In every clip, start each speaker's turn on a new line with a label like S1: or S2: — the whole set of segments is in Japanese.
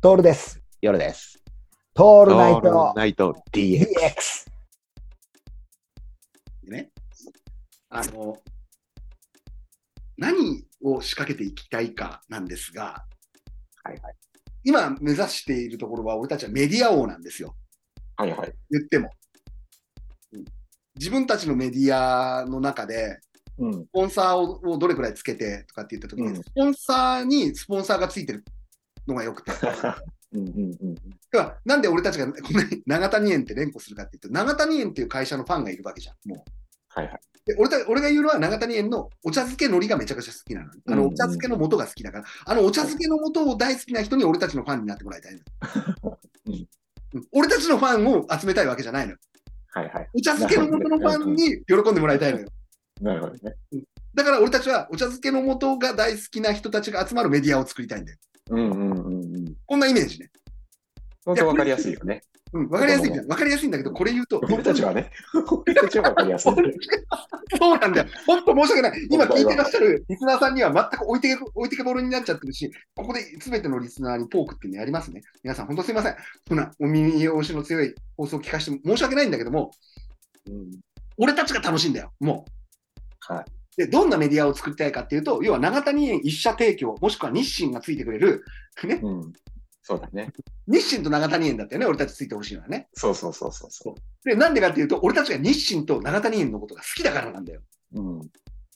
S1: トールです。
S2: 夜です。
S1: ト
S2: オ
S1: ールナイト
S2: ナイト DX。
S1: DX。
S3: でね、あの、何を仕掛けていきたいかなんですが、
S2: はいはい。
S3: 今目指しているところは俺たちはメディア王なんですよ。
S2: はいはい。
S3: 言っても。うん自分たちのメディアの中で、
S1: うん
S3: ス。ポンサーををどれくらいつけてとかって言った時に、
S2: うん
S3: スポンサーにスポンサーがついてるのが よくて。
S2: うんうんうん。
S3: 要はなんで俺たちがこんなに長谷園って連呼するかっていうと、長谷園っていう会社のファンがいるわけじゃん。もう
S2: はいはい。
S3: で俺た俺が言うのは長谷園のお茶漬け海苔がめちゃくちゃ好きなの。あ
S2: うん
S3: の
S2: う
S3: お
S2: ん
S3: 茶漬けの素が好きだから、あのお茶漬けの素を大好きな人に俺たちのファンになってもらいたいの
S2: うん
S3: うん俺たちのファンを集めたいわけじゃないの。
S2: はいはい。
S3: お茶漬けの素のファンに喜んでもらいたいのよ。
S2: なるほどね。
S3: だから俺たちはお茶漬けの素が大好きな人たちが集まるメディアを作りたいんだよ。
S2: うんうんうんうん。
S3: こんなイメージね。
S2: 本当わかりやすいよね。
S3: うん、わかりやすいじゃん。わかりやすいんだけど、これ言うと、
S2: 俺たちはね。俺たちはわかり やすい。
S3: そうなんだよ。本当申し訳ない。今聞いてらっしゃるリスナーさんには全く置いてけ置いてけぼりになっちゃってるし、ここで全てのリスナーにポークっていうのやりますね。皆さん、本当すいません。そんなお耳押しの強い放送を聞かせて申し訳ないんだけども、
S2: うん
S3: 俺たちが楽しいんだよ、もう。
S2: はい。
S3: で、どんなメディアを作りたいかっていうと、要は長谷園一社提供、もしくは日清がついてくれる、ね、
S2: うん。そうだね。
S3: 日清と長谷園だったよね、俺たちついてほしいのはね。
S2: そうそうそうそうそ
S3: で、なんでかっていうと、俺たちが日清と長谷園のことが好きだからなんだよ。
S2: う。うん。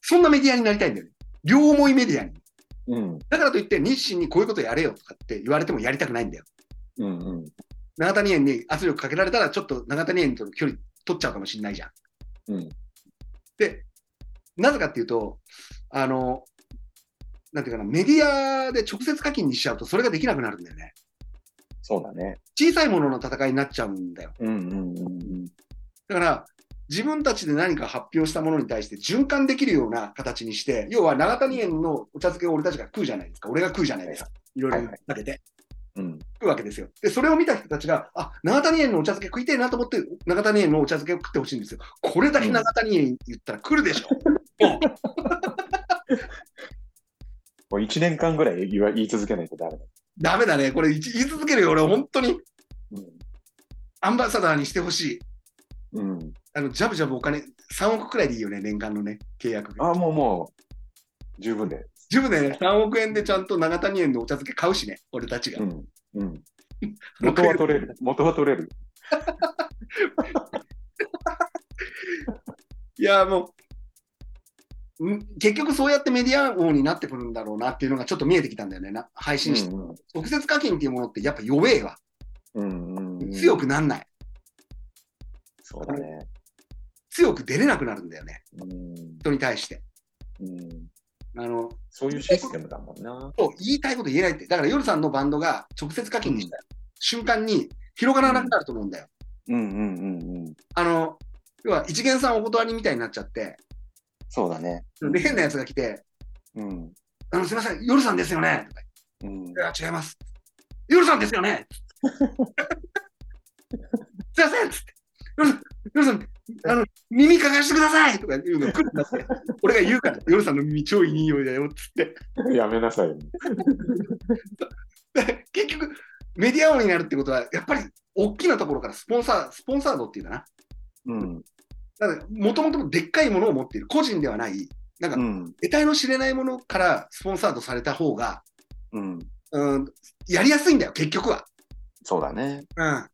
S3: そんなメディアになりたいんだよね。両思いメディアに。
S2: うん。
S3: だからといって、日清にこういうことやれよとかって言われてもやりたくないんだよ。
S2: うんうん。
S3: 長谷園に圧力かけられたら、ちょっと長谷園との距離取っちゃうかもしれないじゃん。
S2: うん
S3: で、なぜかっていうと、あの、なんていうかな、メディアで直接課金にしちゃうと、それができなくなるんだよね。
S2: そうだね。
S3: 小さいものの戦いになっちゃうんだよ。
S2: うんうんうんうん。
S3: だから、自分たちで何か発表したものに対して循環できるような形にして、要は長谷園のお茶漬けを俺たちが食うじゃないですか。俺が食うじゃないですか。いろいろ
S2: はいはい
S3: かけて。
S2: うん。
S3: 食うわけですよ。で、それを見た人たちが、あ、長谷園のお茶漬け食いたいなと思って、長谷園のお茶漬けを食ってほしいんですよ。これだけ長谷園言ったら来るでしょ。 もう
S2: もう1年間ぐらい言わ言い続けないとダメだ。
S3: ダメだね。これ言い言い続けるよ。俺、本当に
S2: う
S3: アンバサダーにしてほしい。
S2: ん。うん。
S3: あの、ジャブジャブお金、3億くらいでいいよね、年間のね、契約が。
S2: あ、もうもう、十分で。
S3: 自分でね、3億円でちゃんと長谷園のお茶漬け買うしね、俺たちが
S2: う。ん。うん。元は取れる。元は取れる。
S3: いや、もう、ん結局そうやってメディア王になってくるんだろうなっていうのがちょっと見えてきたんだよね、な配信して。
S2: うん
S3: 直接課金っていうものってやっぱ弱えわ。
S2: うんうんうん。
S3: 強くなんない。
S2: そうだね。
S3: 強く出れなくなるんだよね、
S2: うん。
S3: 人に対して。
S2: うん。
S3: あの
S2: そういうシステムだもんな。
S3: そう言いたいこと言えないって、だから夜さんのバンドが直接課金にした瞬間に広がらなくなると思うんだよ。
S2: うんうんうんうん。
S3: あの要は一元さんお断りみたいになっちゃって、
S2: そうだね。
S3: で変なやつが来て、
S2: うん。
S3: あのすみません、夜さんですよねとか
S2: うん。
S3: 言っていや、違います。夜さんですよねすいませんっつって。夜さん夜さんあの耳かがしてくださいとか言うの来るんだって。俺が言うから、夜さんの耳超いい匂いだよっつって。
S2: やめなさいよ。
S3: で 結局、メディア王になるってことは、やっぱり大きなところからスポンサー、スポンサードっていうかな。
S2: うん。
S3: だから、もともとでっかいものを持っている、個人ではない、なんか、
S2: うん。
S3: 得体の知れないものからスポンサードされた方が、
S2: うん。
S3: うん、やりやすいんだよ、結局は。
S2: そうだね。
S3: うん。